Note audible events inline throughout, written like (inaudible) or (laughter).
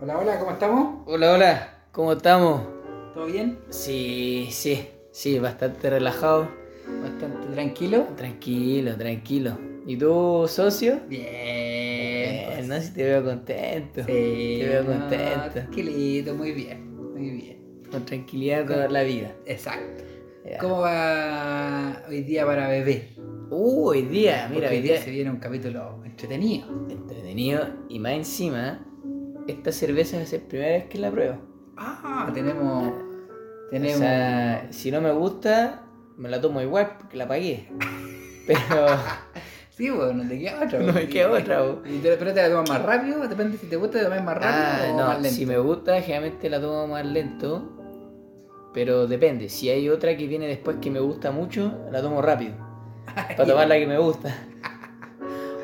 Hola, hola, ¿cómo estamos? Hola, hola, ¿cómo estamos? ¿Todo bien? Sí, sí, sí, bastante relajado. ¿Bastante tranquilo? Tranquilo, tranquilo. ¿Y tú, socio? Bien. pues. Eh, no sé si te veo contento. Sí, te veo no, contento. Tranquilito, muy bien, muy bien. Con tranquilidad con la vida. Exacto. Ya. ¿Cómo va hoy día para bebé? Uh, hoy día, mira, Porque hoy día se viene un capítulo entretenido. entretenido. Y más encima, esta cerveza va a ser primera vez que la pruebo. Ah, tenemos. Tenemos. O sea, si no me gusta, me la tomo igual porque la pagué. Pero Sí, bueno, no te queda otra. no me po. queda otra. po. Y te- Pero te la tomas más rápido, depende si te gusta, te la tomas más Ah, rápido o más no, lento. si me gusta, generalmente la tomo más lento. Pero depende, si hay otra que viene después que me gusta mucho, la (laughs) tomo rápido. Para tomar la que me gusta.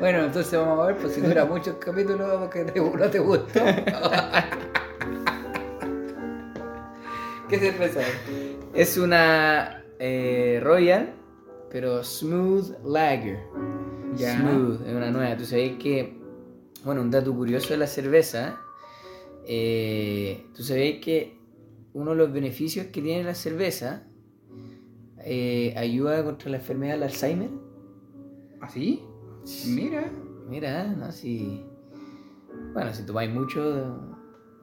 Bueno, entonces vamos a ver, pues si dura muchos capítulos porque te- no te gustó. (laughs) ¿Qué cerveza es? Es una eh, Royal, pero Smooth Lager. Ya. Smooth, es una nueva. Tú sabéis que, bueno, un dato curioso de la cerveza, eh, tú sabéis que uno de los beneficios que tiene la cerveza eh, ayuda contra la enfermedad del Alzheimer. ¿Así? ¿Ah, Mira. Mira, no, si. Bueno, si tomáis mucho,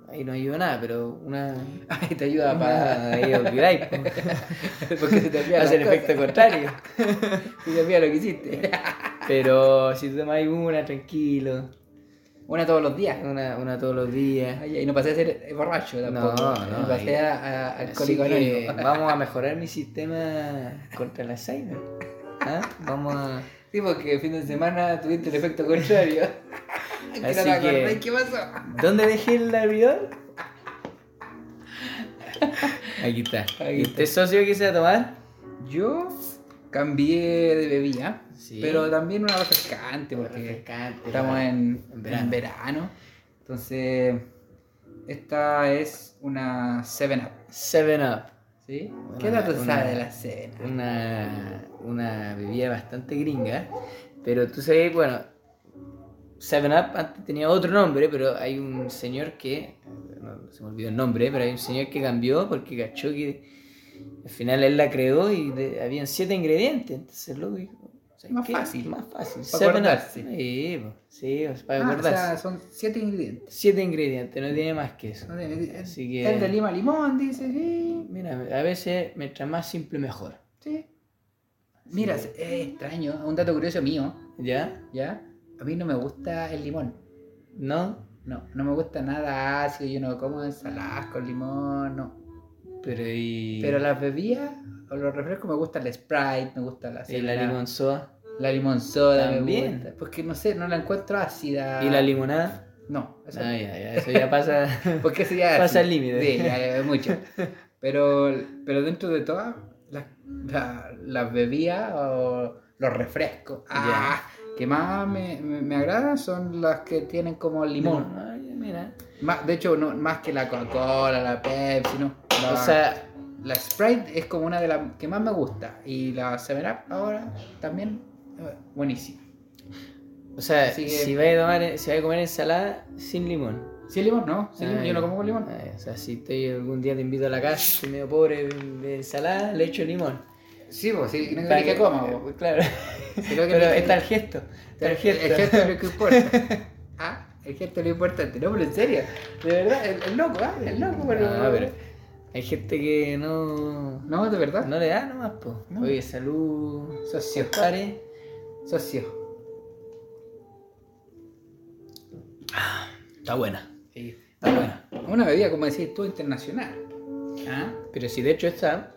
ahí no ayuda nada, pero una. Ay, te ayuda para. una- ahí olvidáis. po. (laughs) Porque se te olvida. (laughs) Hace el las efecto contrario. cosas, Se te olvida lo que hiciste. Pero si tomáis una, tranquilo, Una todos los días. una, una todos los días. Ay, y no pasé a ser borracho tampoco. No, no, pasé ahí- a, a- a Así alcohólico que anónimo. (laughs) vamos a mejorar mi sistema contra el Alzheimer. ¿Ah? Vamos a. Sí, porque el fin de semana tuviste el efecto contrario. (laughs) Que Así no te acordás que- qué pasó. ¿Dónde dejé (laughs) el abridor? Aquí está. Ahí ¿Y está. usted socio que se va a tomar? Yo cambié de bebida, Sí. pero también una refrescante, porque Refrescante, estamos la- en, en en verano. verano. Entonces, esta es una 7-Up, Seven Up. ¿sí? Bueno, ¿Qué dato una- sabes de la 7 una, una bebida bastante gringa, pero tú sabes, bueno, Seven Up antes tenía otro nombre, pero hay un señor que, no, se me olvidó el nombre, pero hay un señor que cambió porque cachó que al final él la creó y de- habían siete ingredientes, entonces el loco dijo, ¿sabes Más fácil. Más fácil, Pa' Seven Up. acordarse. Sí, po, sí, pues, para Ah, o acordarse. sea, son 7 ingredientes. Siete ingredientes, no tiene más que eso. No tiene- Así que- El de lima limón, dice, sí. Mira, a veces mientras más simple mejor, sí. Mira, es extraño, un dato curioso mío, ¿ya? ¿ya? A mí no me gusta el limón. ¿No? No, no me gusta nada ácido, yo no como ensaladas con limón, no. Pero y... Pero las bebidas o los refrescos me gusta la Sprite, me gusta la y la 7-Up, limón soda. la limón soda me También. gusta, porque no sé, no la encuentro ácida. ¿Y la limonada? No, Ah, eso Ah, ya, ya, eso ya pasa. (laughs) porque sería Pasa el límite. Sí, ya, ya, (laughs) mucho. Pero pero dentro de todas las la- las bebidas o los refrescos ah, que más me, me, me agradan son las que tienen como limón. Ah, ya, mira. Más, de hecho, no, más que la Coca-Cola, la Pepsi, no. La, O sea, La Sprite es como una de las que más me gusta. Y la 7-Up ahora también eh, buenísima. o sea Así que- si vais a, tomar, si vais a comer ensalada sin limón. ¿Sin limón? No, sin Ah, limón. Yo no como con limón. ah, ya, o sea, si estoy, algún día te invito a la casa, estoy medio pobre de ensalada, le echo limón. Sí, vos, sí, no Para quería que coma, vos. eh, Claro. Si no Pero quería que- está el gesto. Está el gesto. El gesto es lo que importa. ah, el gesto es lo importante. No, pero en serio. De verdad, el, el loco, ah, el loco, pero. (laughs) No, pero hay gente que no, No, de verdad. no le da nomás, po. No. Oye, salud, Socio, compadre. socio. Está buena. Sí. Está buena. Ah, Una bebida, como decís tú, internacional. ¿Ah? Pero si de hecho está,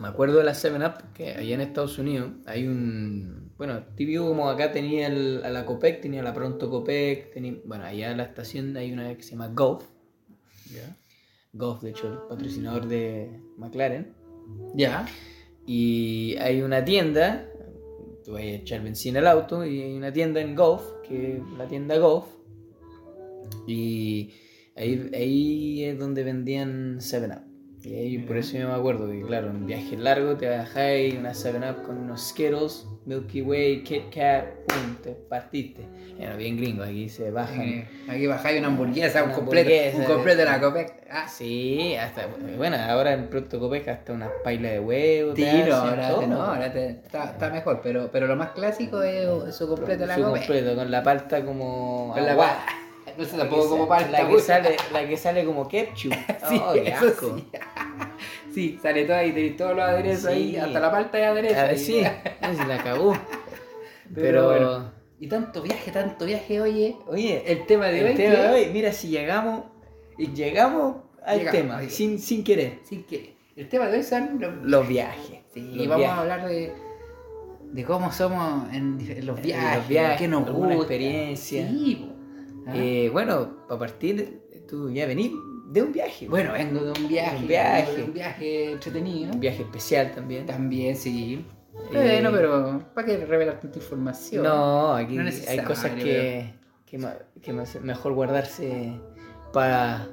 me acuerdo de la 7-Up, que allá en Estados Unidos hay un... Bueno, típico como acá tenía el- a la Copec, tenía la Pronto Copec, tenía, bueno, allá en la estación hay una que se llama Golf. Ya. Golf, de hecho, el patrocinador de McLaren. Ya. Y hay una tienda, tú vas a echar benzina al auto, y hay una tienda en Golf, que es la tienda Golf. Y ahí, ahí es donde vendían 7-Up. Y ahí por eso yo me acuerdo que, claro, un viaje largo, te bajáis una 7-Up con unos Skittles, Milky Way, Kit Kat, pum, te partiste. Bueno, bien gringo, aquí se bajan. Eh, Aquí bajáis una hamburguesa, un Una completo, hamburguesa, un completo de la eh, Copec. Ah, Sí, hasta, bueno, ahora en Pronto Copec hasta una paila de huevos. te hacen tiro, ahora te- todo. no, ahora te- está, está mejor, pero, pero lo más clásico es su completo de la Su Copec. completo, con la palta como... Con la agua- guada. No sé la que tampoco sa- como para La que, sale, la que sale como (laughs) ketchup. Sí, oh, (laughs) qué eso asco. sí. Sí, sale todo ahí, tenéis todos los aderezos ahí, Sí. hasta la palta de aderezo. Ah, ahí. sí, se la cagó. (laughs) (laughs) Pero, Pero bueno. Y tanto viaje, tanto viaje, oye. oye, El tema de el, hoy. tema que- de hoy, mira, si llegamos, y llegamos al Llegamos, tema, oye. sin, sin querer. Sí, que el tema de hoy son los, Los viajes. Sí, los vamos viajes. a hablar de, de cómo somos en, dif- en los En viajes, los viajes, qué nos alguna gusta. experiencia. Sí, po. Ah, Eh, bueno, para partir, tú ya venís de un viaje. bueno, vengo de un viaje, un viaje. vengo de un viaje entretenido. un viaje especial también. También, sí. Eh, Bueno, pero ¿para qué revelar tanta información? No, aquí No hay necesario, cosas que, que, ma- que ma- mejor guardarse para,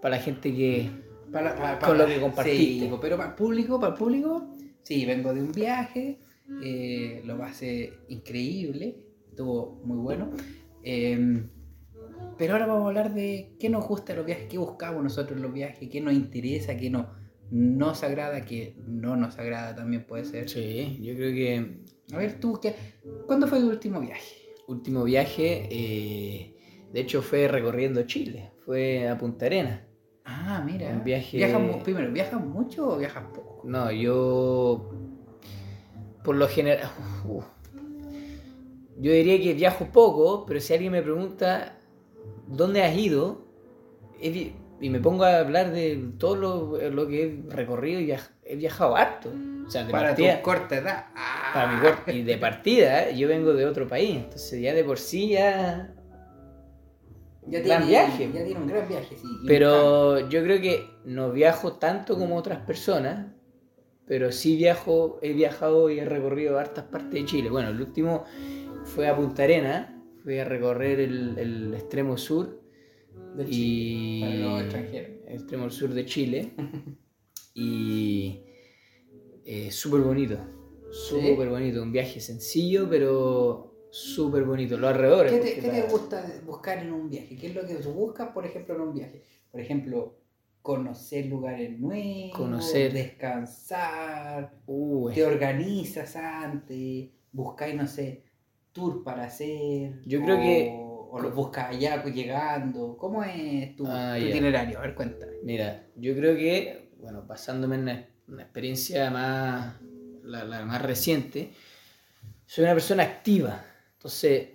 para la gente que... Para- para- Con lo para- que compartiste. sí, pero para el público, para el público, sí, vengo de un viaje, eh, lo pasé increíble, estuvo muy bueno. Eh, pero ahora vamos a hablar de qué nos gusta de los viajes, qué buscamos nosotros en los viajes, qué nos interesa, qué nos, nos agrada, qué no nos agrada también puede ser. Sí, yo creo que A ver, tú, ¿qué, ¿cuándo fue tu último viaje? último viaje, eh, de hecho fue recorriendo Chile, fue a Punta Arenas. Ah, mira. Un viaje- ¿Viajas mu- primero, ¿viajas mucho o viajas poco? No, yo por lo general, (laughs) uf. yo diría que viajo poco, pero si alguien me pregunta dónde has ido he vi- y me pongo a hablar de todo lo, lo que he recorrido, y viaj- he viajado harto. O sea, de Para tu partida- corta edad. Ah. para mi cuerpo. Y de partida, yo vengo de otro país, entonces ya de por sí ya Ya Gran tiene, viaje. Ya tiene un gran viaje, sí. y un cambio. Pero yo creo que no viajo tanto como otras personas, pero sí viajo, he viajado y he recorrido hartas partes de Chile. Bueno, el último fue a Punta Arena, fui a recorrer el, el extremo sur De y Chile, para los extranjeros. el extremo sur de (laughs) Chile y eh, súper bonito, súper bonito, un viaje sencillo pero súper bonito, los alrededores. ¿Qué te, porque qué te la- gusta de- buscar en un viaje? ¿Qué es lo que tú buscas, por ejemplo, en un viaje? Por ejemplo, conocer lugares nuevos, Conocer. descansar, Uh, es te organizas antes, buscáis, no sé, tour para hacer. Yo creo o- que- O los buscas allá pues, llegando. ¿Cómo es tu, Ah, tu ya. itinerario? A ver, cuéntame. Mira, yo creo que, bueno, basándome en una, una experiencia más, la, la más reciente, soy una persona activa. Entonces,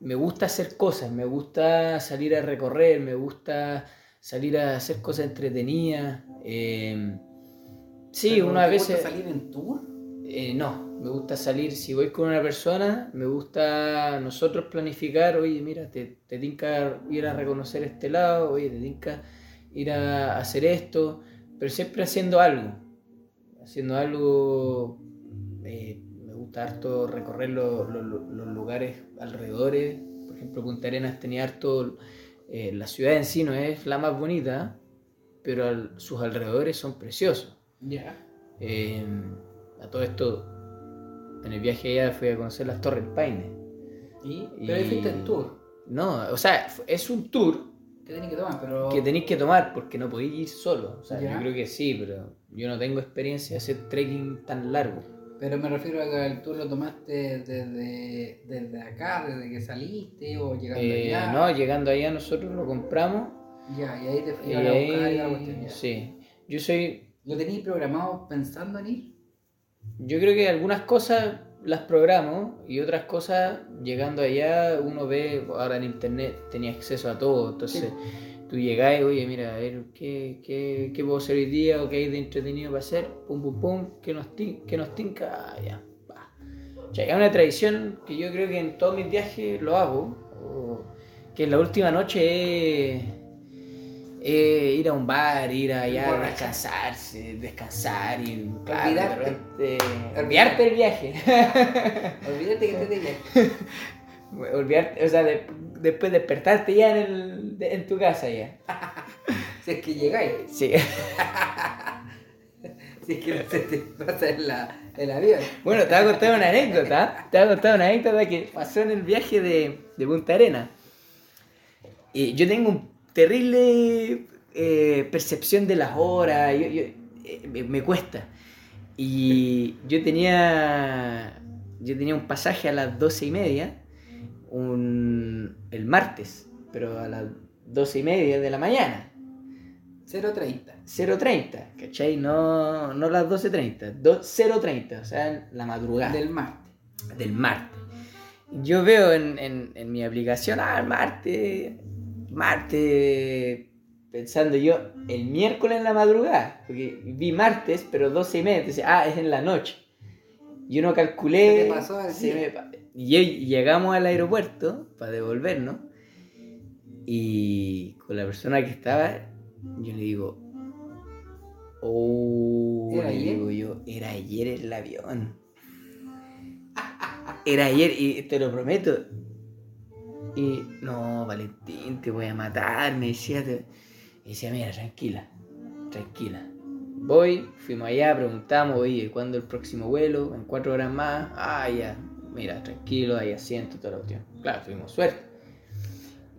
me gusta hacer cosas, me gusta salir a recorrer, me gusta salir a hacer cosas entretenidas. eh, sí, ¿Pero una ¿te vez... gusta salir en tour? Eh, no, me gusta salir, si voy con una persona, me gusta nosotros planificar, oye, mira, te, te tinca ir a reconocer este lado, oye, te tinca ir a hacer esto, pero siempre haciendo algo, haciendo algo, eh, me gusta harto recorrer lo- lo- lo- los lugares alrededores, por ejemplo, Punta Arenas tenía harto, eh, la ciudad en sí no es la más bonita, pero al- sus alrededores son preciosos. Ya. Eh, a todo esto, en el viaje allá fui a conocer las Torres Paine. ¿Y? Y- Pero ahí fuiste en tour. No, o sea, f- es un tour ¿Qué tenés que tomar? Pero... que tenéis que tomar porque no podéis ir solo. O sea, Ya. yo creo que sí, pero yo no tengo experiencia de hacer trekking tan largo. Pero me refiero a que tú lo tomaste desde, desde acá, desde que saliste o llegando Eh, allá. no, llegando allá nosotros lo compramos Ya, y ahí te y fui a la buscar y la cuestión. ahí, ya. Eh, sí. Yo soy, ¿Lo tenías programado pensando en ir? (laughs) yo creo que algunas cosas las programo y otras cosas llegando allá uno ve ahora en internet tenía acceso a todo, entonces Sí. Tú llegás y, oye, mira, a ver, ¿qué, qué, qué puedo hacer hoy día? ¿O qué hay de entretenido para hacer? Pum, pum, pum, ¿qué nos, tin- qué nos tinca? Ah, ya, va. O sea, es una tradición que yo creo que en todos mis viajes lo hago, o que en la última noche es, es ir a un bar, ir allá a Borracha. descansarse, descansar y, claro, Olvidarte. de repente, olvidarte del viaje. (laughs) Olvídate que te tenía. olvidarte, o sea, de- después despertarte ya en, el- de- en tu casa ya. si es que llegáis. Sí. Si es que no se te pasa en la, el avión. Bueno, te voy a contar una anécdota. ¿eh? Te voy a contar una anécdota que pasó en el viaje de, de Punta Arena. Y yo tengo un terrible eh, percepción de las horas. yo- yo- eh, me, me cuesta. Y yo tenía, yo tenía un pasaje a las doce y media un, el martes, pero a las doce y media de la mañana. 0.30. 0.30, ¿cachai? No, no las 12.30, do- 0.30, o sea, en la madrugada del, Del martes. martes. Yo veo en, en- en mi aplicación, ah, martes, martes, pensando yo, el miércoles en la madrugada, porque vi martes, pero 12 y media, entonces, ah, es en la noche. Yo no calculé. Se te pasó al se día. me pa- y y llegamos al aeropuerto para devolvernos, y con la persona que estaba, yo le digo, oh, ¿Era le ayer? digo yo, era ayer el avión. Era ayer, y te lo prometo. Y no, Valentín, te voy a matar, me decía. te- Y decía, mira, tranquila, tranquila. Voy, fuimos allá, preguntamos, oye, ¿cuándo el próximo vuelo? En cuatro horas más. Ah, ya, mira, tranquilo, hay asiento, toda la cuestión. Claro, tuvimos suerte.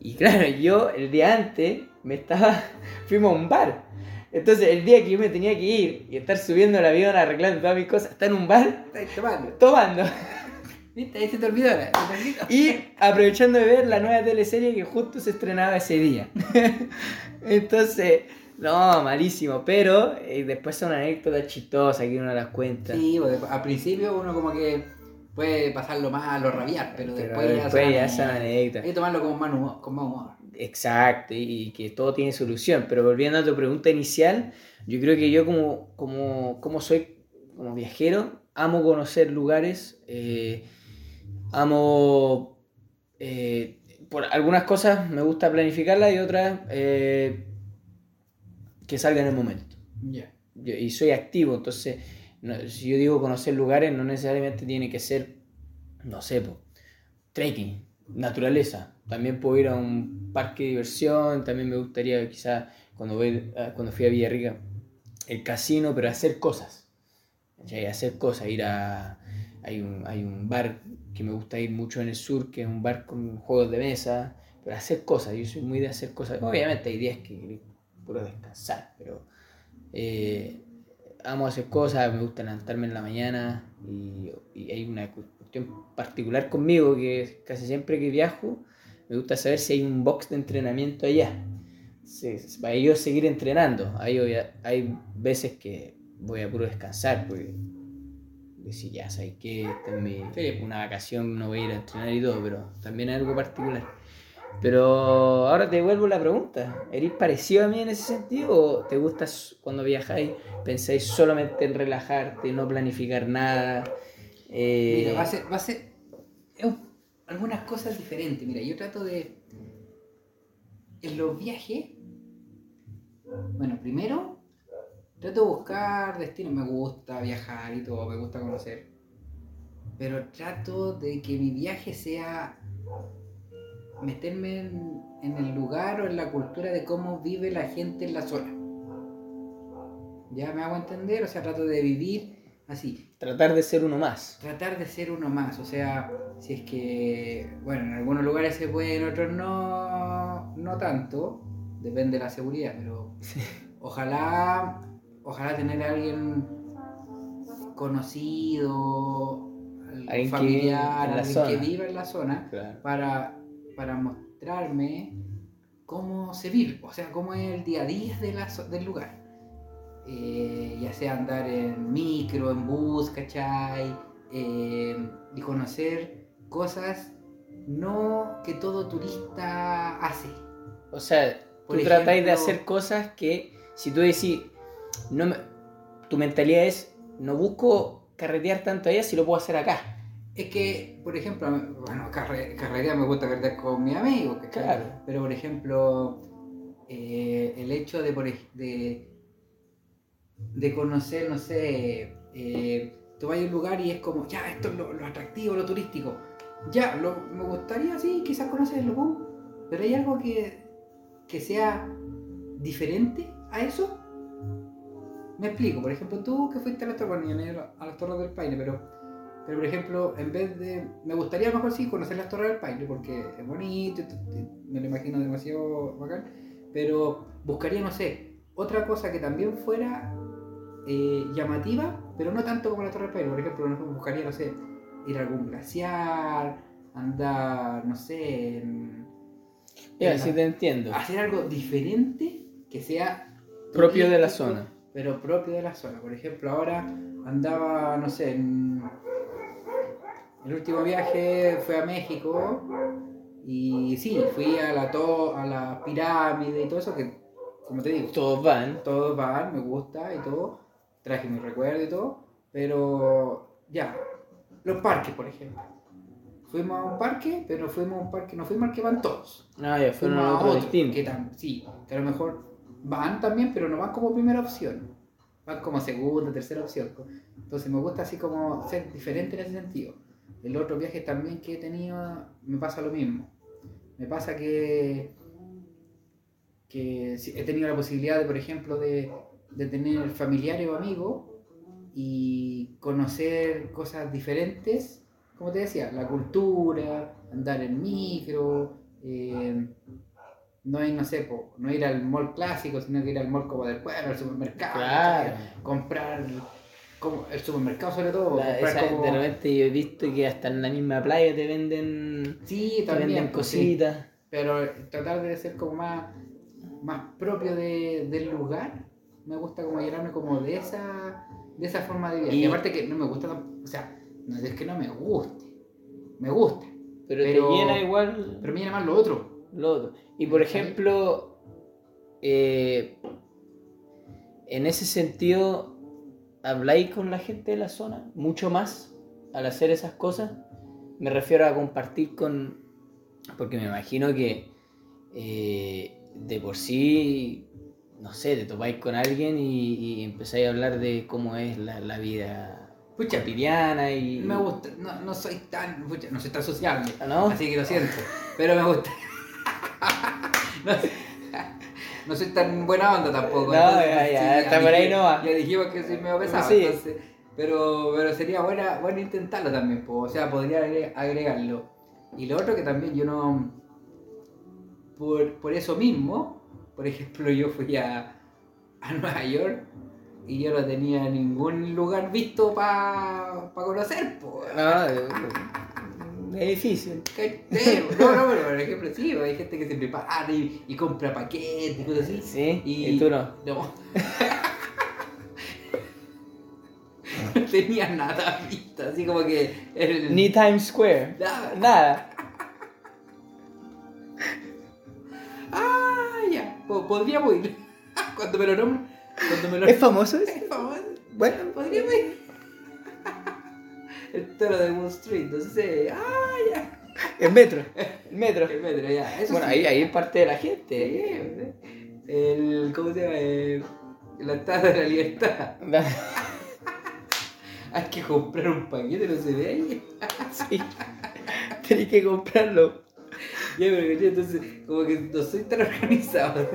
Y claro, yo el día antes me estaba. (laughs) fuimos a un bar. Entonces, el día que yo me tenía que ir y estar subiendo el avión, arreglando todas mis cosas, estar en un bar (laughs) Estáis tomando. tomando. (laughs) ¿Viste? Ahí se te olvidó. ¿no? ¿Te olvidó? Y aprovechando de ver la nueva teleserie que justo se estrenaba ese día. (laughs) Entonces, no, malísimo. Pero eh, después son anécdotas chistosas que uno las cuenta. Sí, pues, al principio uno como que puede pasarlo mal o rabiar, pero, Pero después, ya después son ya son anécdotas. anécdotas. Hay que tomarlo con más humor. Con más humor. Exacto, y, y que todo tiene solución. Pero volviendo a tu pregunta inicial, yo creo que yo como, como, como soy como viajero, amo conocer lugares, eh, amo... eh, por algunas cosas me gusta planificarlas y otras eh, que salgan en el momento. Ya. Yo- y soy activo, entonces no- si yo digo conocer lugares, no necesariamente tiene que ser, no sé, po, trekking, naturaleza. También puedo ir a un parque de diversión, también me gustaría quizás cuando, voy, a- cuando fui a Villarrica, el casino, pero hacer cosas. ¿cachai? Hacer cosas, ir a... Hay un, hay un bar que me gusta ir mucho en el sur, que es un bar con juegos de mesa, pero hacer cosas, yo soy muy de hacer cosas. Obviamente hay días que queréis puro descansar, pero eh, amo hacer cosas, me gusta levantarme en la mañana y, y hay una cu- cuestión particular conmigo que es casi siempre que viajo me gusta saber si hay un box de entrenamiento allá. Sí, sí, para yo seguir entrenando. Hay, obvia- hay veces que voy a puro descansar porque decir ya sabes que esta es mi- Sí. una vacación, no voy a ir a entrenar y todo, pero también es algo particular. Pero ahora te devuelvo la pregunta. ¿Eres parecido a mí en ese sentido? ¿O te gusta s- cuando viajáis, pensáis solamente en relajarte, no planificar nada? Eh, Mira, va a ser, va a ser es un- algunas cosas diferentes. Mira, yo trato de. En los viajes. Bueno, primero. Trato de buscar destinos. Me gusta viajar y todo. Me gusta conocer. Pero trato de que mi viaje sea. Meterme en, en el lugar o en la cultura de cómo vive la gente en la zona. Ya me hago entender, o sea, trato de vivir así Tratar de ser uno más. tratar de ser uno más. O sea, si es que, bueno, en algunos lugares se puede, en otros no, no tanto. Depende de la seguridad, pero ojalá, ojalá tener a alguien conocido, Alguien que viva familiar, en la alguien que zona. viva en la zona para, para mostrarme cómo se vive, o sea, cómo es el día a día de la zo- del lugar. Eh, ya sea andar en micro, en bus, ¿cachai? Eh, y conocer cosas no que todo turista hace. O sea, Por tú tratáis de ejemplo- hacer cosas que, si tú decís, no me- tu mentalidad es, no busco carretear tanto allá si lo puedo hacer acá. Es que, por ejemplo, a mí- bueno, carre- carrería me gusta carretear con mi amigo, ¿cachai? Claro. Pero, por ejemplo, eh, el hecho de, por ej- de, de conocer, no sé, eh, tú vas a un lugar y es como, ya, esto es lo, lo atractivo, lo turístico. Ya, lo, me gustaría, sí, quizás conocerlo, pum, pero hay algo que, que sea diferente a eso. Me explico, por ejemplo, tú que fuiste a las torres, bueno, yo no he ido a las torres del paine, pero, pero por ejemplo, en vez de. Me gustaría a lo mejor sí conocer las torres del paine, porque es bonito, y t- t- me lo imagino demasiado bacán, pero buscaría, no sé, otra cosa que también fuera eh, llamativa, pero no tanto como la torre del paine. Por ejemplo, no sé, buscaría, no sé, ir a algún glaciar, andar, no sé, en- Ya, en la- sí te entiendo. hacer algo diferente que sea Propio de la turístico, zona. Pero propio de la zona. Por ejemplo, ahora andaba, no sé, en- el último viaje fue a México y sí, fui a la, to- a la pirámide y todo eso que, como te digo, Todos van. todos van, me gusta y todo. Traje mi recuerdo y todo. Pero ya, los parques, por ejemplo. Fuimos a un parque, pero fuimos a un parque, no fuimos al que van todos No, Ah, ya fueron a otro distinto. que tam- sí, que a lo mejor van también, pero no van como primera opción. Van como segunda, tercera opción. Entonces me gusta así como ser diferente en ese sentido. El otro viaje también que he tenido me pasa lo mismo. Me pasa que, que sí, he tenido la posibilidad, de, por ejemplo, de, de tener familiares o amigos y conocer cosas diferentes, como te decía, la cultura, andar en micro, eh, no ir, no sé, po, no ir al mall clásico, sino que ir al mall como del pueblo, al supermercado, Claro. ¿cachai? comprar, como, el supermercado sobre todo, La- comprar esa- como- De repente yo he visto que hasta en la misma playa te venden, Sí, te también, venden pues, sí. cositas. pero tratar de ser como más, más propio de- del lugar, me gusta como llenarme como de esa, de esa forma de vida. Y, Y- aparte que no me gusta, tam- o sea, no es que no me guste, me gusta, Pero, Pero- te llena igual pero me llena más lo otro. lo otro. Y por ¿Cachai? ejemplo, eh, en ese sentido, ¿habláis con la gente de la zona mucho más al hacer esas cosas? Me refiero a compartir con... Porque me imagino que eh, de por sí, no sé, te topáis con alguien y, y empezáis a hablar de cómo es la, la vida Pucha, cotidiana y... me gusta, no, no soy tan, pucha, no soy tan sociable, Ah, ¿No? así que lo siento, pero me gusta. no, soy- no soy tan buena onda tampoco. No, ya, ya, sí, está ya por ahí dijimos- no va. Ya dijimos que soy medio pesado, Sí. entonces, pero, pero sería buena, bueno intentarlo también, po, o sea, podría agre- agregarlo. Y lo otro que también yo no... Por, por eso mismo, por ejemplo, yo fui a, a Nueva York y yo no tenía ningún lugar visto para conocer, po. No, es difícil. ¿Cachai? No, no, pero por ejemplo, sí, hay gente que se prepara ah, y, y compra paquetes y cosas así. Sí, Y, y tú no. No. (laughs) No tenía nada visto, así como que. el- Ni Times Square. Nada. Nada. Ah, ya. po- Podríamos ir. (laughs) Cuando me lo nombren. Cuando me lo (laughs) ¿Es famoso ese? Es famoso. Bueno, Podríamos ir. (laughs) El toro de Wall Street, no sé. Ah, el metro. El (laughs) metro. el metro, ya. Eso Bueno, sí. ahí, ahí es parte de la gente. Sí, Este, El, ¿Cómo se llama? El- la estatua de la libertad. Hay que comprar un paquete, no se ve ahí. (laughs) Sí. Tenés que comprarlo. Ya, pero yo entonces, como que no soy tan organizado.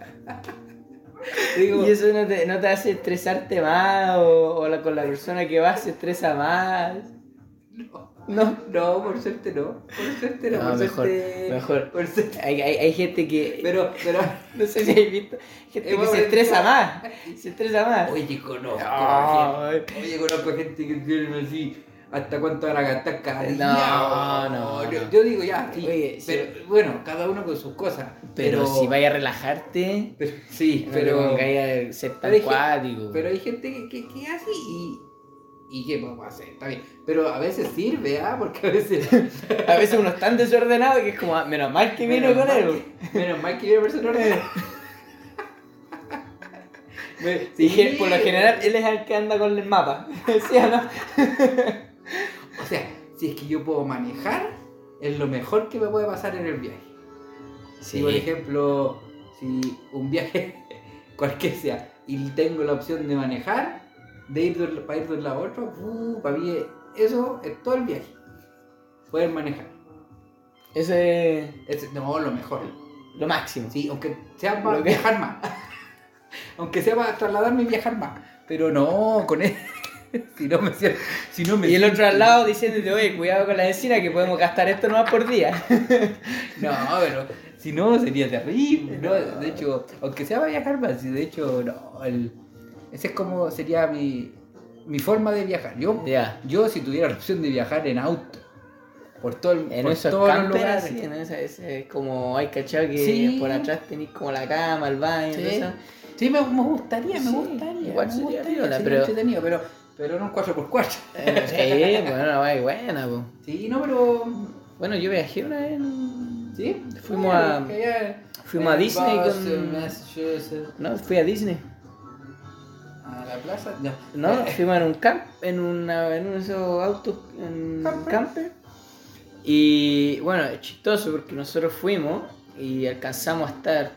(laughs) Digo, Y eso no te, no te hace estresarte más o, o la- con la persona que vas se estresa más. No. no, por suerte no. Por suerte no. No, por mejor, suerte, mejor. Por suerte. Hay, hay, hay gente que... Pero, pero. No sé si has visto. Gente que Hemos se estresa aprendido. más. Se estresa más. Oye, conozco. a Ay. gente- Oye, conozco a gente que tiene así. ¿Hasta cuánto van a gastar cada No, día? no, no. Yo, yo digo ya, sí, Oye, sí. pero bueno, cada uno con sus cosas. Pero, si vaya a relajarte, Pero- sí, pero pero, vaya a ser tan pero hay gen- cuático. pero hay gente que, que, que hace y, y qué vamos a hacer, está bien. Pero a veces sirve, ¿ah? Porque a veces... (laughs) A veces uno es tan desordenado que es como, ah, menos mal que vino menos con mal él. que- Menos mal que viene persona ordenada. Me- Y sí. que por lo general él es el que anda con el mapa. (laughs) ¿Sí o no? O sea, si es que yo puedo manejar, es lo mejor que me puede pasar en el viaje. Si, por ejemplo, si un viaje, (laughs) cualquier sea, y tengo la opción de manejar, de ir de un- para ir de un lado a otro, uh, para mí eso es todo el viaje. Poder manejar. Eso es Es, no, lo mejor. lo máximo. Sí, aunque sea para Lo que- viajar más. (laughs) Aunque sea para trasladarme y viajar más. Pero no, con él. (laughs) si no me siento. Si no me Y el siento- otro al lado diciéndote, oye, cuidado con la encina que podemos gastar esto nomás por día. No, pero si no sería terrible. ¿no? De hecho, aunque sea para viajar más, si de hecho, no. el- ese es como sería mi, mi forma de viajar. Yo, (laughs) Ya. yo, si tuviera la opción de viajar en auto, por, todo el- En por esos todos los campers, lugares. así, en esa, ese, como hay cachado que Sí. por atrás tenéis como la cama, el baño, Sí. todo eso. Sí, me, me gustaría, me Sí, gustaría. igual me sería gustaría, piola, sería pero- entretenido, pero, pero no un 4x4. Eh, sí, bueno, una wea buena, po. Sí, no, pero. Bueno, yo viajé una vez. en- Sí, Fuimos claro, a- que allá- fuimos a en Disney con- Boston, Massachusetts, No, fui a Disney. A la plaza. No. No, fuimos en un camp, en, una, en uno de esos autos, en Camper. camper. Y bueno, es chistoso porque nosotros fuimos y alcanzamos a estar.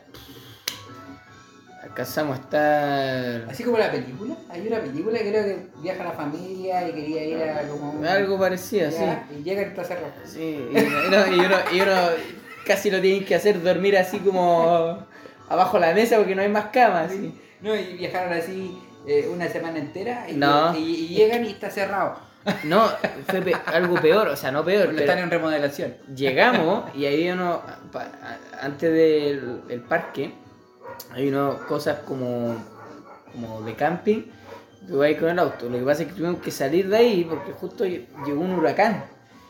Alcanzamos a estar. Así como la película, hay una película que creo que viaja la familia y quería ir a como un- Algo parecido, sí. ya, Y llega y está cerrado. Sí, y uno, y uno- y uno casi lo tienen que hacer dormir así como abajo de la mesa porque no hay más cama. Así. No, y viajaron así eh, una semana entera y, No. y- y llegan y está cerrado. No, fue pe- algo peor, o sea, no peor. Bueno, pero- están en remodelación. llegamos y ahí uno, pa- a- antes del el parque, hay unas cosas como, como de camping, tú vas con el auto. Lo que pasa es que tuvimos que salir de ahí porque justo lle- llegó un huracán.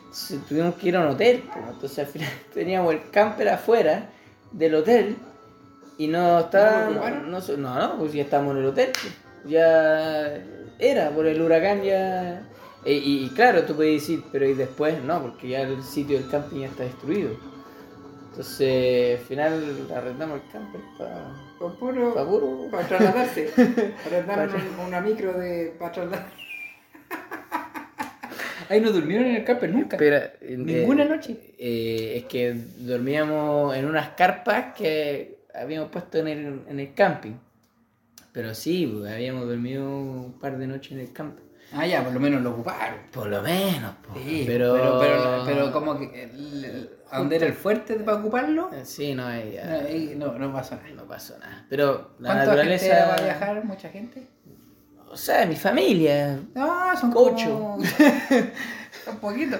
Entonces, tuvimos que ir a un hotel. pues. Entonces al final (laughs) teníamos el camper afuera del hotel y no ¿No estaba... lo No, ocuparon? no, so- no, no, pues ya estábamos en el hotel. pues. Ya era, por el huracán ya... E- Y, y claro, tú puedes decir, pero y después no, porque ya el sitio del camping ya está destruido. Entonces, al final arrendamos el camper para Con puro. pa puro. Para trasladarse. Para andar Para- en un- una micro de. Para trasladar. Ahí no durmieron en el camper nunca. Pero, Ninguna eh, noche. eh, es que dormíamos en unas carpas que habíamos puesto en el, en el camping. Pero sí, pues, habíamos dormido un par de noches en el camping. Ah, ya, por lo menos lo ocuparon. Por lo menos, po. Sí, pero... pero, pero, pero como que el- el- a donde era el fuerte para ocuparlo, Eh, Sí, no, ahí ya- ahí no, no pasa nada. no pasó nada. Pero la ¿Cuánta naturaleza... gente va a viajar? ¿Mucha gente? O sea, mi familia. No, son Ah, Ocho. como- (laughs) son poquito.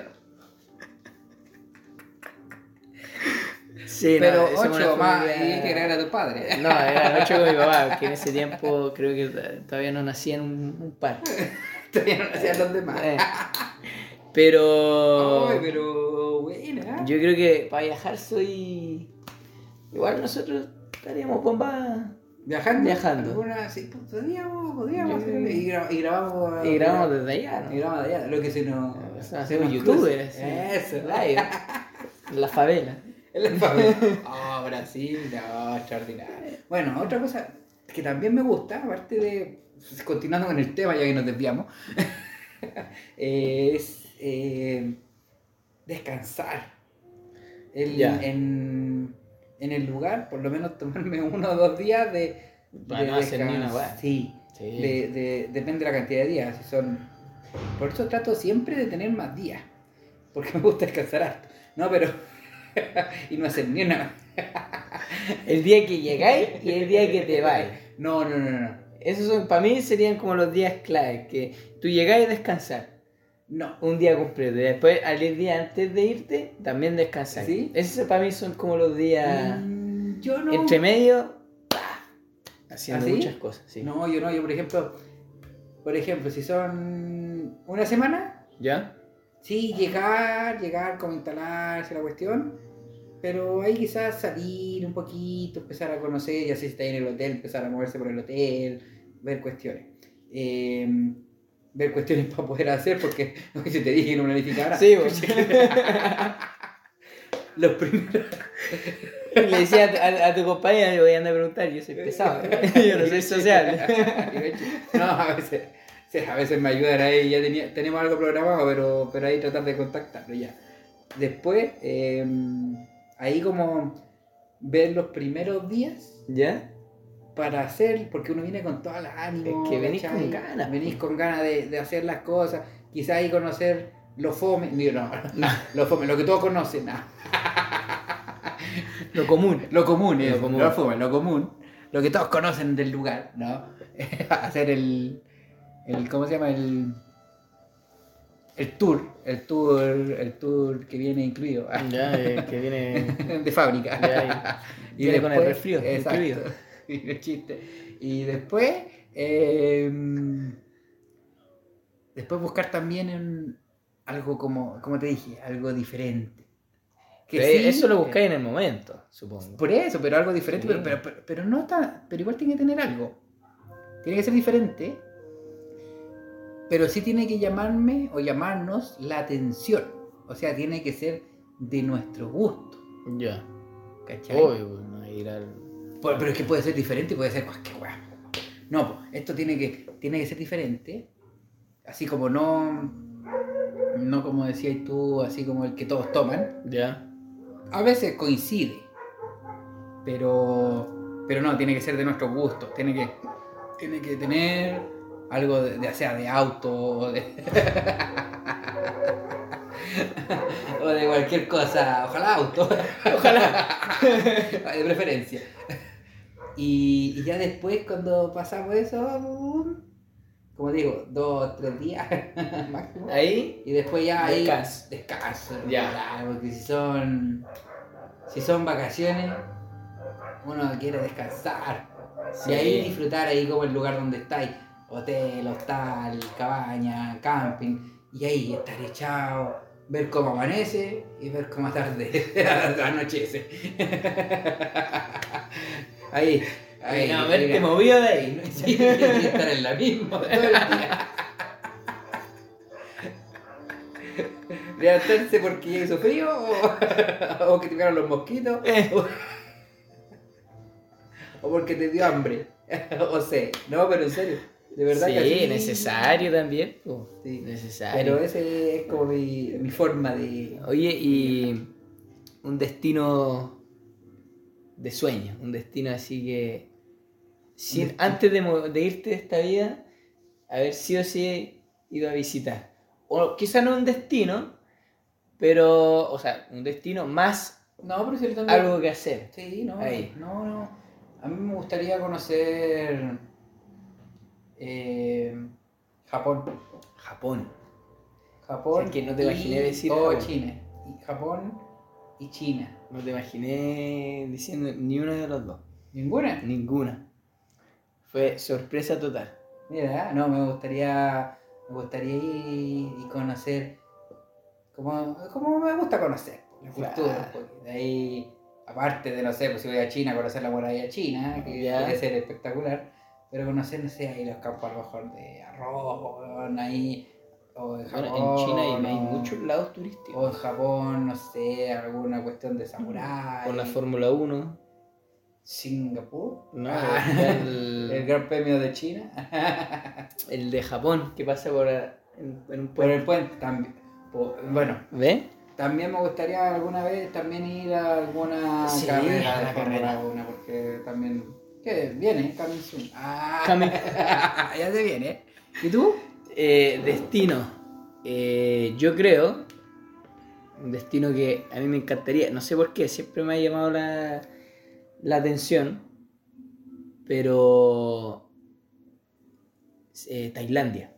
Sí, pero somos una ocho más, y familia- hay que agregar a tu padre. (laughs) No, eran ocho con mi papá, que en ese tiempo creo que t- todavía no nacían un, un par. Ah, Todavía no hacían los demás. Eh, Pero Ay, pero buena. ¿eh? yo creo que para viajar soy... Igual nosotros estaríamos bomba Viajando. Viajando. Alguna, sí, pues, podíamos, podíamos. Yo- hacerlo. Y, gra- y grabamos. y grabamos desde allá. Ah, y ¿no? grabamos de allá, lo que se nos. Nos hacemos eh, se nos youtubers, cruza. así. Eso, (laughs) Live. En la favela. Es la familia. (laughs) Oh, Brasil, no, extraordinario. Bueno, otra cosa que también me gusta, aparte de. Continuando con el tema, ya que nos desviamos, (laughs) es eh, descansar. El- Ya. en, en el lugar, por lo menos tomarme (laughs) uno o dos días de. Para de no hacer ni una descans- weá. Sí. Sí. De- de- depende de la cantidad de días. Si son... Por eso trato siempre de tener más días. Porque (laughs) me gusta descansar harto. No, pero. (laughs) y no hacer ni una. El día que llegáis y el día que te vais. (laughs) No, no, no, no. Esos son, para mí serían como los días clave, que tú llegáis a descansar No. un día completo y después al día antes de irte también descansar. ¿Sí? Esos para mí son como los días Mm, Yo no. entre medio ¡pah! haciendo ¿Ah, sí? muchas cosas. sí. No, yo no. Yo, por ejemplo. Por ejemplo, si son una semana, ¿Ya? sí, llegar, llegar, como instalarse la cuestión. Pero ahí quizás salir un poquito, empezar a conocer, ya sé si está en el hotel, empezar a moverse por el hotel, ver cuestiones. Eh, ver cuestiones (laughs) para poder hacer, porque (laughs) lo que te dije que no planificara. (laughs) Sí, vos. (laughs) Los primeros. Le decía a, tu- a- a tu compañera, yo voy a andar a preguntar, yo soy pesado, (laughs) (laughs) yo no soy social. (laughs) no, a veces, sí, a veces me ayudan ahí, ya tenía, tenemos algo programado, pero, pero ahí tratar de contactarlo ya. Después, eh, ahí como ver los primeros días ¿Ya? para hacer, porque uno viene con toda la ánimo. Es que venís ¿cachai? con ganas, Venís con ganas de, de hacer las cosas, quizás ahí conocer los fome, digo, no, No. (laughs) los fome, lo que todos conocen, ah, Lo común. lo común, Lo es, común. lo fome, lo común. lo que todos conocen del lugar, ¿no? (laughs) Hacer el, el. ¿Cómo se llama? El. El tour, el tour, el tour que viene incluido (laughs) Ya, eh, que viene. de fábrica. Ya, (laughs) Y Viene con el después- resfrío exacto. incluido. (laughs) Y el chiste. Y después, eh, después buscar también en algo como, como te dije, algo diferente. Que Pero sí, Eh, eso lo buscáis en el momento, supongo. Por eso, pero algo diferente, Sí. pero, pero, pero- pero no está, pero igual tiene que tener algo. Tiene que ser diferente, pero sí tiene que llamarme o llamarnos la atención. O sea, tiene que ser de nuestro gusto. Ya. ¿Cachai? Obvio, pues, no ir al. Pues, pero es que puede ser diferente y puede ser cualquier weá. No, pues, esto tiene que, tiene que ser diferente. Así como no. No como decías tú, así como el que todos toman. Ya. A veces coincide. Pero. Pero no, tiene que ser de nuestro gusto. Tiene que. Tiene que tener algo de, de- ya sea de auto o de. (laughs) o de cualquier cosa. Ojalá auto. (laughs) De preferencia. Y, y ya después, cuando pasamos eso, boom, como digo, dos, tres días (laughs) máximo. Ahí. Y después ya ahí Descanso. descanso, Ya. ¿verdad? porque si son, si son vacaciones, uno quiere descansar. Sí. Y ahí disfrutar ahí como el lugar donde estáis. Hotel, hostal, cabaña, camping. Y ahí estar echado, ver cómo amanece y ver cómo tarde, (laughs) anochece. ahí, ahí. no, verte mira. movido de Ay, ahí. no, sí, estar en la misma todo el día. Levantarse porque ya hizo frío o, (laughs) o que te pegaron los mosquitos o porque te dio hambre (laughs) o sé, no, pero en serio, de verdad sí, que así- necesario también. po. Sí. Necesario. pues. Pero ese es como mi, mi forma de Oye, y un destino de sueño, un destino así que sin- destino. antes de, mo- de irte de esta vida, haber sí o sí ido a visitar. O quizá no un destino, pero, o sea, un destino más No, pero si lo tengo- algo que hacer. Sí, no, Ahí. no, no. A mí me gustaría conocer eh, Japón. Japón. Japón. O sea, que no te imaginé y- decir o Japón. China. Y Japón y China. No te imaginé diciendo ni una de las dos. ¿Ninguna? Ninguna. Fue sorpresa total. Mira, ah, no, me gustaría, me gustaría ir y conocer, como, como me gusta conocer, la cultura. Claro. porque de ahí, aparte de, no sé, pues si voy a China, conocer la muralla china, que Ya. debe ser espectacular, pero conocer, no sé, ahí los campos a lo mejor de arroz, weón, ahí, o en Japón. Bueno, en China hay, hay o- muchos lados turísticos. O en Japón, no sé, alguna cuestión de samurái. Con la Fórmula 1. Singapur. No, Ah, (laughs) el, (laughs) El Gran Premio de (laughs) China. el de Japón que pasa por en, en un Por pueblo. el puente también. po- Bueno, ¿Ve? también me gustaría alguna vez también ir a alguna Sí, carrera a de la Fórmula carrera. 1, porque también. Que viene, Coming (laughs) Soon. Ah, Coming. ya se viene. ¿Y tú? Eh, destino. Eh, yo creo. Un destino que a mí me encantaría. No sé por qué, siempre me ha llamado la, la atención. Pero. eh, Tailandia.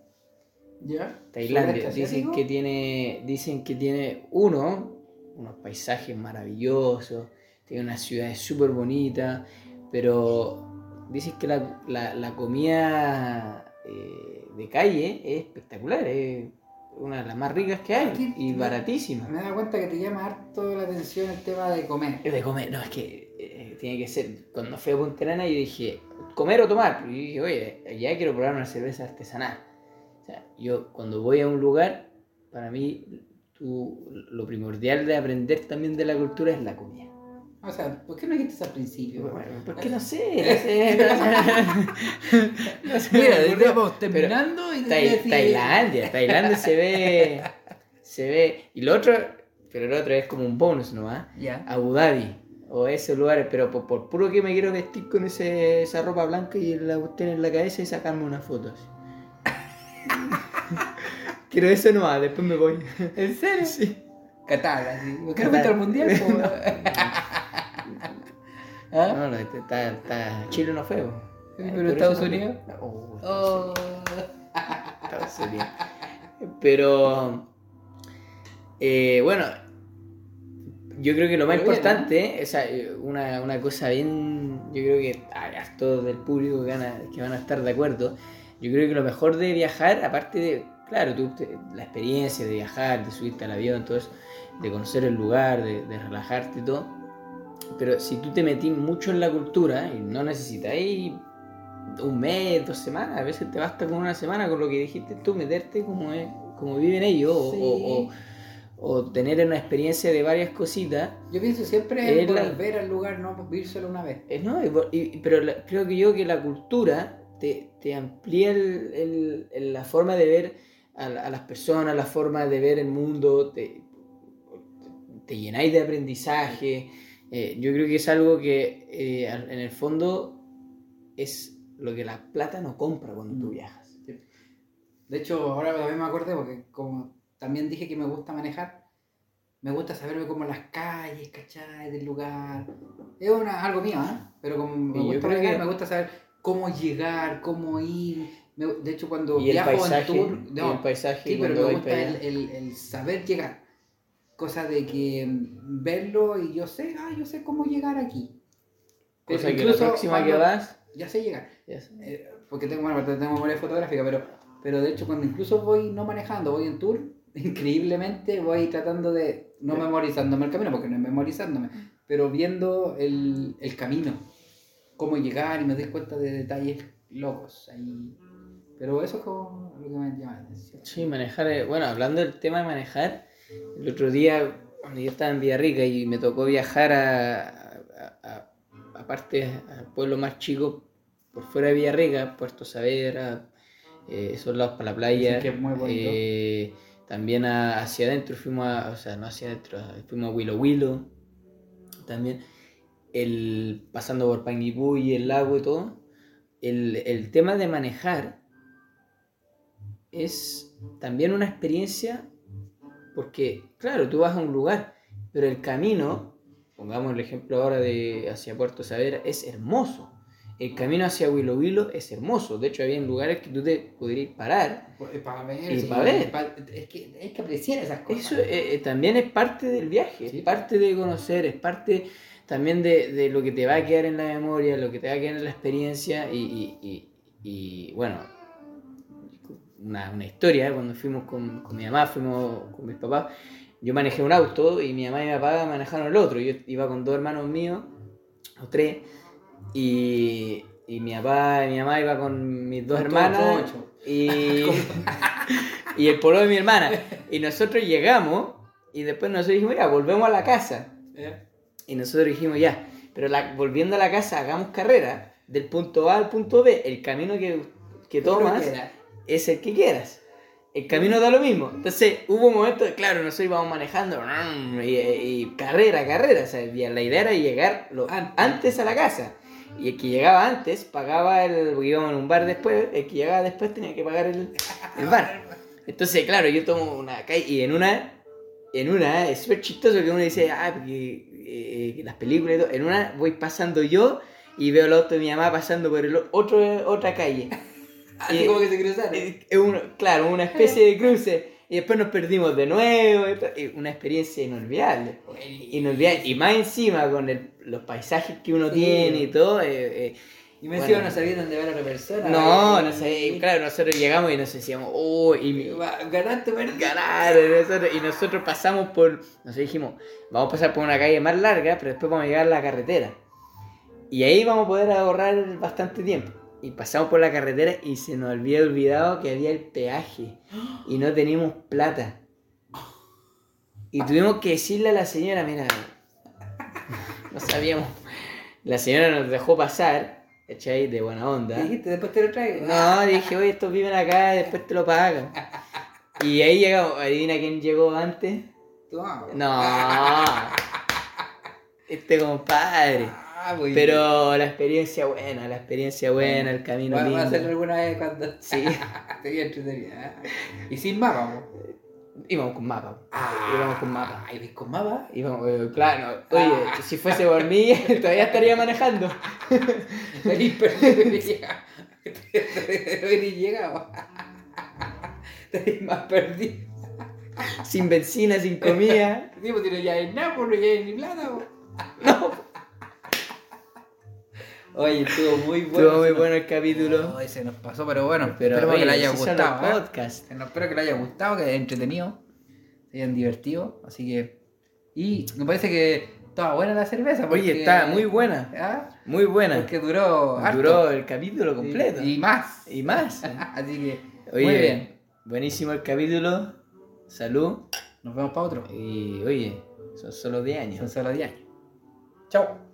Ya. Tailandia. ¿Sudeste Dicen asiático? que tiene, dicen que tiene uno, unos paisajes maravillosos, tiene unas ciudades súper bonitas, pero dicen que la, la- la comida eh, de calle es espectacular, es una de las más ricas que hay Sí, y me- baratísima. Me da cuenta que te llama harto la atención el tema de comer. Es de comer, no, es que eh, tiene que ser. Cuando fui a Punta Arenas yo dije, comer o tomar. Y dije, oye, allá quiero probar una cerveza artesanal. O sea, yo cuando voy a un lugar, para mí tú- lo primordial de aprender también de la cultura es la comida. O sea, ¿por qué no dijiste eso al principio? (laughs) Porque no sé, (laughs) no sé. no sé. No sé, (laughs) me ocurrió. vamos y te Tai- voy a decir- Tailandia, Tailandia se ve. Se ve. Y lo otro, pero el otro es como un bonus, ¿no? ah? Ya. Abu Dhabi o esos lugares, pero por, por puro que me quiero vestir con ese, esa ropa blanca y la cuestión en la cabeza y sacarme unas fotos. (laughs) quiero eso nomás, después me voy. (laughs) ¿En serio? Sí. Qatar, así. ¿Por qué no (laughs) Qatar. fuiste al mundial? po? (laughs) ¿Ah? No, no, este- está, está- Chile no fue. po. Sí, Ay, pero por Estados eso no- Unidos. Oh, Oh. Estados Unidos. Pero eh, bueno, yo creo que lo más Pero bien, importante, o sea, eh, una, una cosa bien, yo creo que a todos del público que van, a, que van a estar de acuerdo, yo creo que lo mejor de viajar, aparte de, claro, tú, te- la experiencia de viajar, de subirte al avión, todo eso, de conocer el lugar, de, de relajarte y todo, pero si tú te metís mucho en la cultura y no necesitáis un mes, dos semanas, a veces te basta con una semana con lo que dijiste tú, meterte como, es- como viven ellos o- Sí. o- o, o tener una experiencia de varias cositas. Yo pienso siempre en Es la- volver al lugar, no vivir solo una vez. Eh, no, y vo- y- pero la- creo que yo que la cultura te, te amplía el- el- el- la forma de ver a, la- a las personas, la forma de ver el mundo, te, te llenáis de aprendizaje. Eh, yo creo que es algo que eh, al- en el fondo es lo que la plata no compra cuando tú Mm. viajas. De hecho, ahora también me acordé porque como también dije que me gusta manejar, me gusta saberme como las calles, ¿cachai? Del lugar. Es una, algo mío, ¿eh? Pero como me Y yo gusta creo manejar, que- me gusta saber cómo llegar, cómo ir. Me- de hecho, cuando Y el viajo paisaje, en tour... y No, el paisaje sí, pero cuando me vais gusta para el, allá. el- el saber llegar. Cosa de que mm, verlo y yo sé, ah, yo sé cómo llegar aquí. Pero Cosa que la incluso próxima que cuando- vas, Ya sé llegar. ya sé. Eh, porque tengo, bueno, tengo memoria fotográfica, pero, pero de hecho cuando incluso voy no manejando, voy en tour, (laughs) increíblemente voy tratando de, no memorizándome el camino, porque no es memorizándome, Mm. pero viendo el, el camino, cómo llegar y me doy cuenta de detalles locos. ahí. Pero eso es como lo que me llama la atención. Sí, manejar, eh, bueno, hablando del tema de manejar, el otro día cuando yo estaba en Villarrica y me tocó viajar a, a, a- a partes, a pueblos más chicos, por fuera de Villarrica, Puerto Saavedra, eh, esos lados para la playa. Dicen que es muy bonito. eh, también a- hacia adentro fuimos a, o sea, no hacia adentro, fuimos a Willow Willow, también, el, pasando por Panguipulli, el lago y todo. El, el tema de manejar es también una experiencia porque, claro, tú vas a un lugar, pero el camino, pongamos el ejemplo ahora de hacia Puerto Saavedra, es hermoso. El camino hacia Willow Willow es hermoso. De hecho, había lugares que tú te podrías parar. Pues, Para ver, Y sí, para ver. pa- es, que, es que apreciar esas cosas. Eso eh, eh, también es parte del viaje, Sí. es parte de conocer, es parte también de, de lo que te va a quedar en la memoria, lo que te va a quedar en la experiencia y, y- y- y, bueno, una, una historia, ¿eh? cuando fuimos con, con mi mamá, fuimos con mis papás, yo manejé un auto y mi mamá y mi papá manejaron el otro, yo iba con dos hermanos míos, o tres, y, y mi papá y mi mamá iba con mis dos Con todos, hermanas todos ocho. y, (laughs) y el polvo de mi hermana. Y nosotros llegamos y después nosotros dijimos, ya, volvemos a la casa. Eh, Y nosotros dijimos, ya, pero la- volviendo a la casa hagamos carrera del punto A al punto B. El camino que, que todo lo tomas que era. es el que quieras. El camino da lo mismo. Entonces hubo un momento, claro, nosotros íbamos manejando mm, y, y carrera, carrera. O sea, y la idea era llegar lo, an- antes a la casa. Y el que llegaba antes pagaba el. Porque íbamos en un bar después. El que llegaba después tenía que pagar el, el bar. Entonces, claro, yo tomo una calle y en una. En una, es súper chistoso que uno dice, ah, porque eh, las películas y todo. En una voy pasando yo y veo el auto de mi mamá pasando por el otro, otra calle. Así Y- como que se cruzaron. Eh, eh, uno- claro, una especie de cruce. Y después nos perdimos de nuevo. y to- y Una experiencia inolvidable. Inolvidable. Y más encima con el- los paisajes que uno Sí. tiene y todo. eh, eh, Y me decía, Bueno. no sabía dónde va la otra persona. no, Ay, no sé. y Claro, nosotros llegamos y nos decíamos, oh, y mi- Va- Ganaste, ¿verdad? ganaron. nosotros- y nosotros pasamos por. Nosotros dijimos, vamos a pasar por una calle más larga, pero después vamos a llegar a la carretera. Y ahí vamos a poder ahorrar bastante tiempo. Y pasamos por la carretera y se nos había olvidado que había el peaje. Y no teníamos plata. Y tuvimos que decirle a la señora, mira, no sabíamos. La señora nos dejó pasar, ¿cachai? De buena onda. Y Dijiste, después te lo traigo. Ah, No, dije, oye, estos viven acá, después te lo pagan. Y ahí llegamos, adivina quién llegó antes. Tú, ah. No, este compadre. Ah, muy bien. Pero la experiencia buena, la experiencia buena, el camino Vamos a hacerlo (laughs) lindo. alguna vez cuando Sí, te vi entretenida. ¿eh? Y sin mapa, po. Íbamos con mapa. Ah, Íbamos con mapa. ¿Y con mapa? Íbamos, eh, claro, no, oye, si fuese por mí, (laughs) todavía estaría manejando. Feliz perdido. (laughs) Feliz (laughs) llegado. Feliz más perdido. Sin benzina, sin comida. El tipo tiene ya en Nápoles, ya en plata. No. (laughs) Oye, estuvo muy bueno. Estuvo muy Se nos- bueno el capítulo. No, ese nos pasó, pero bueno, Pero espero que oye, le haya así son los gustado. ¿eh? podcasts. Bueno, Espero que le haya gustado, que haya entretenido, que hayan divertido. Así que. Y me parece que estaba buena la cerveza. Porque, Oye, está muy buena. ¿Ah? Muy buena. Porque duró. harto. Duró el capítulo Y- completo. Y, más. Y más. (laughs) Así que. Oye, Muy bien. buenísimo el capítulo. Salud. Nos vemos para otro. Y oye, son solo 10 años. Son solo 10 años. Chao.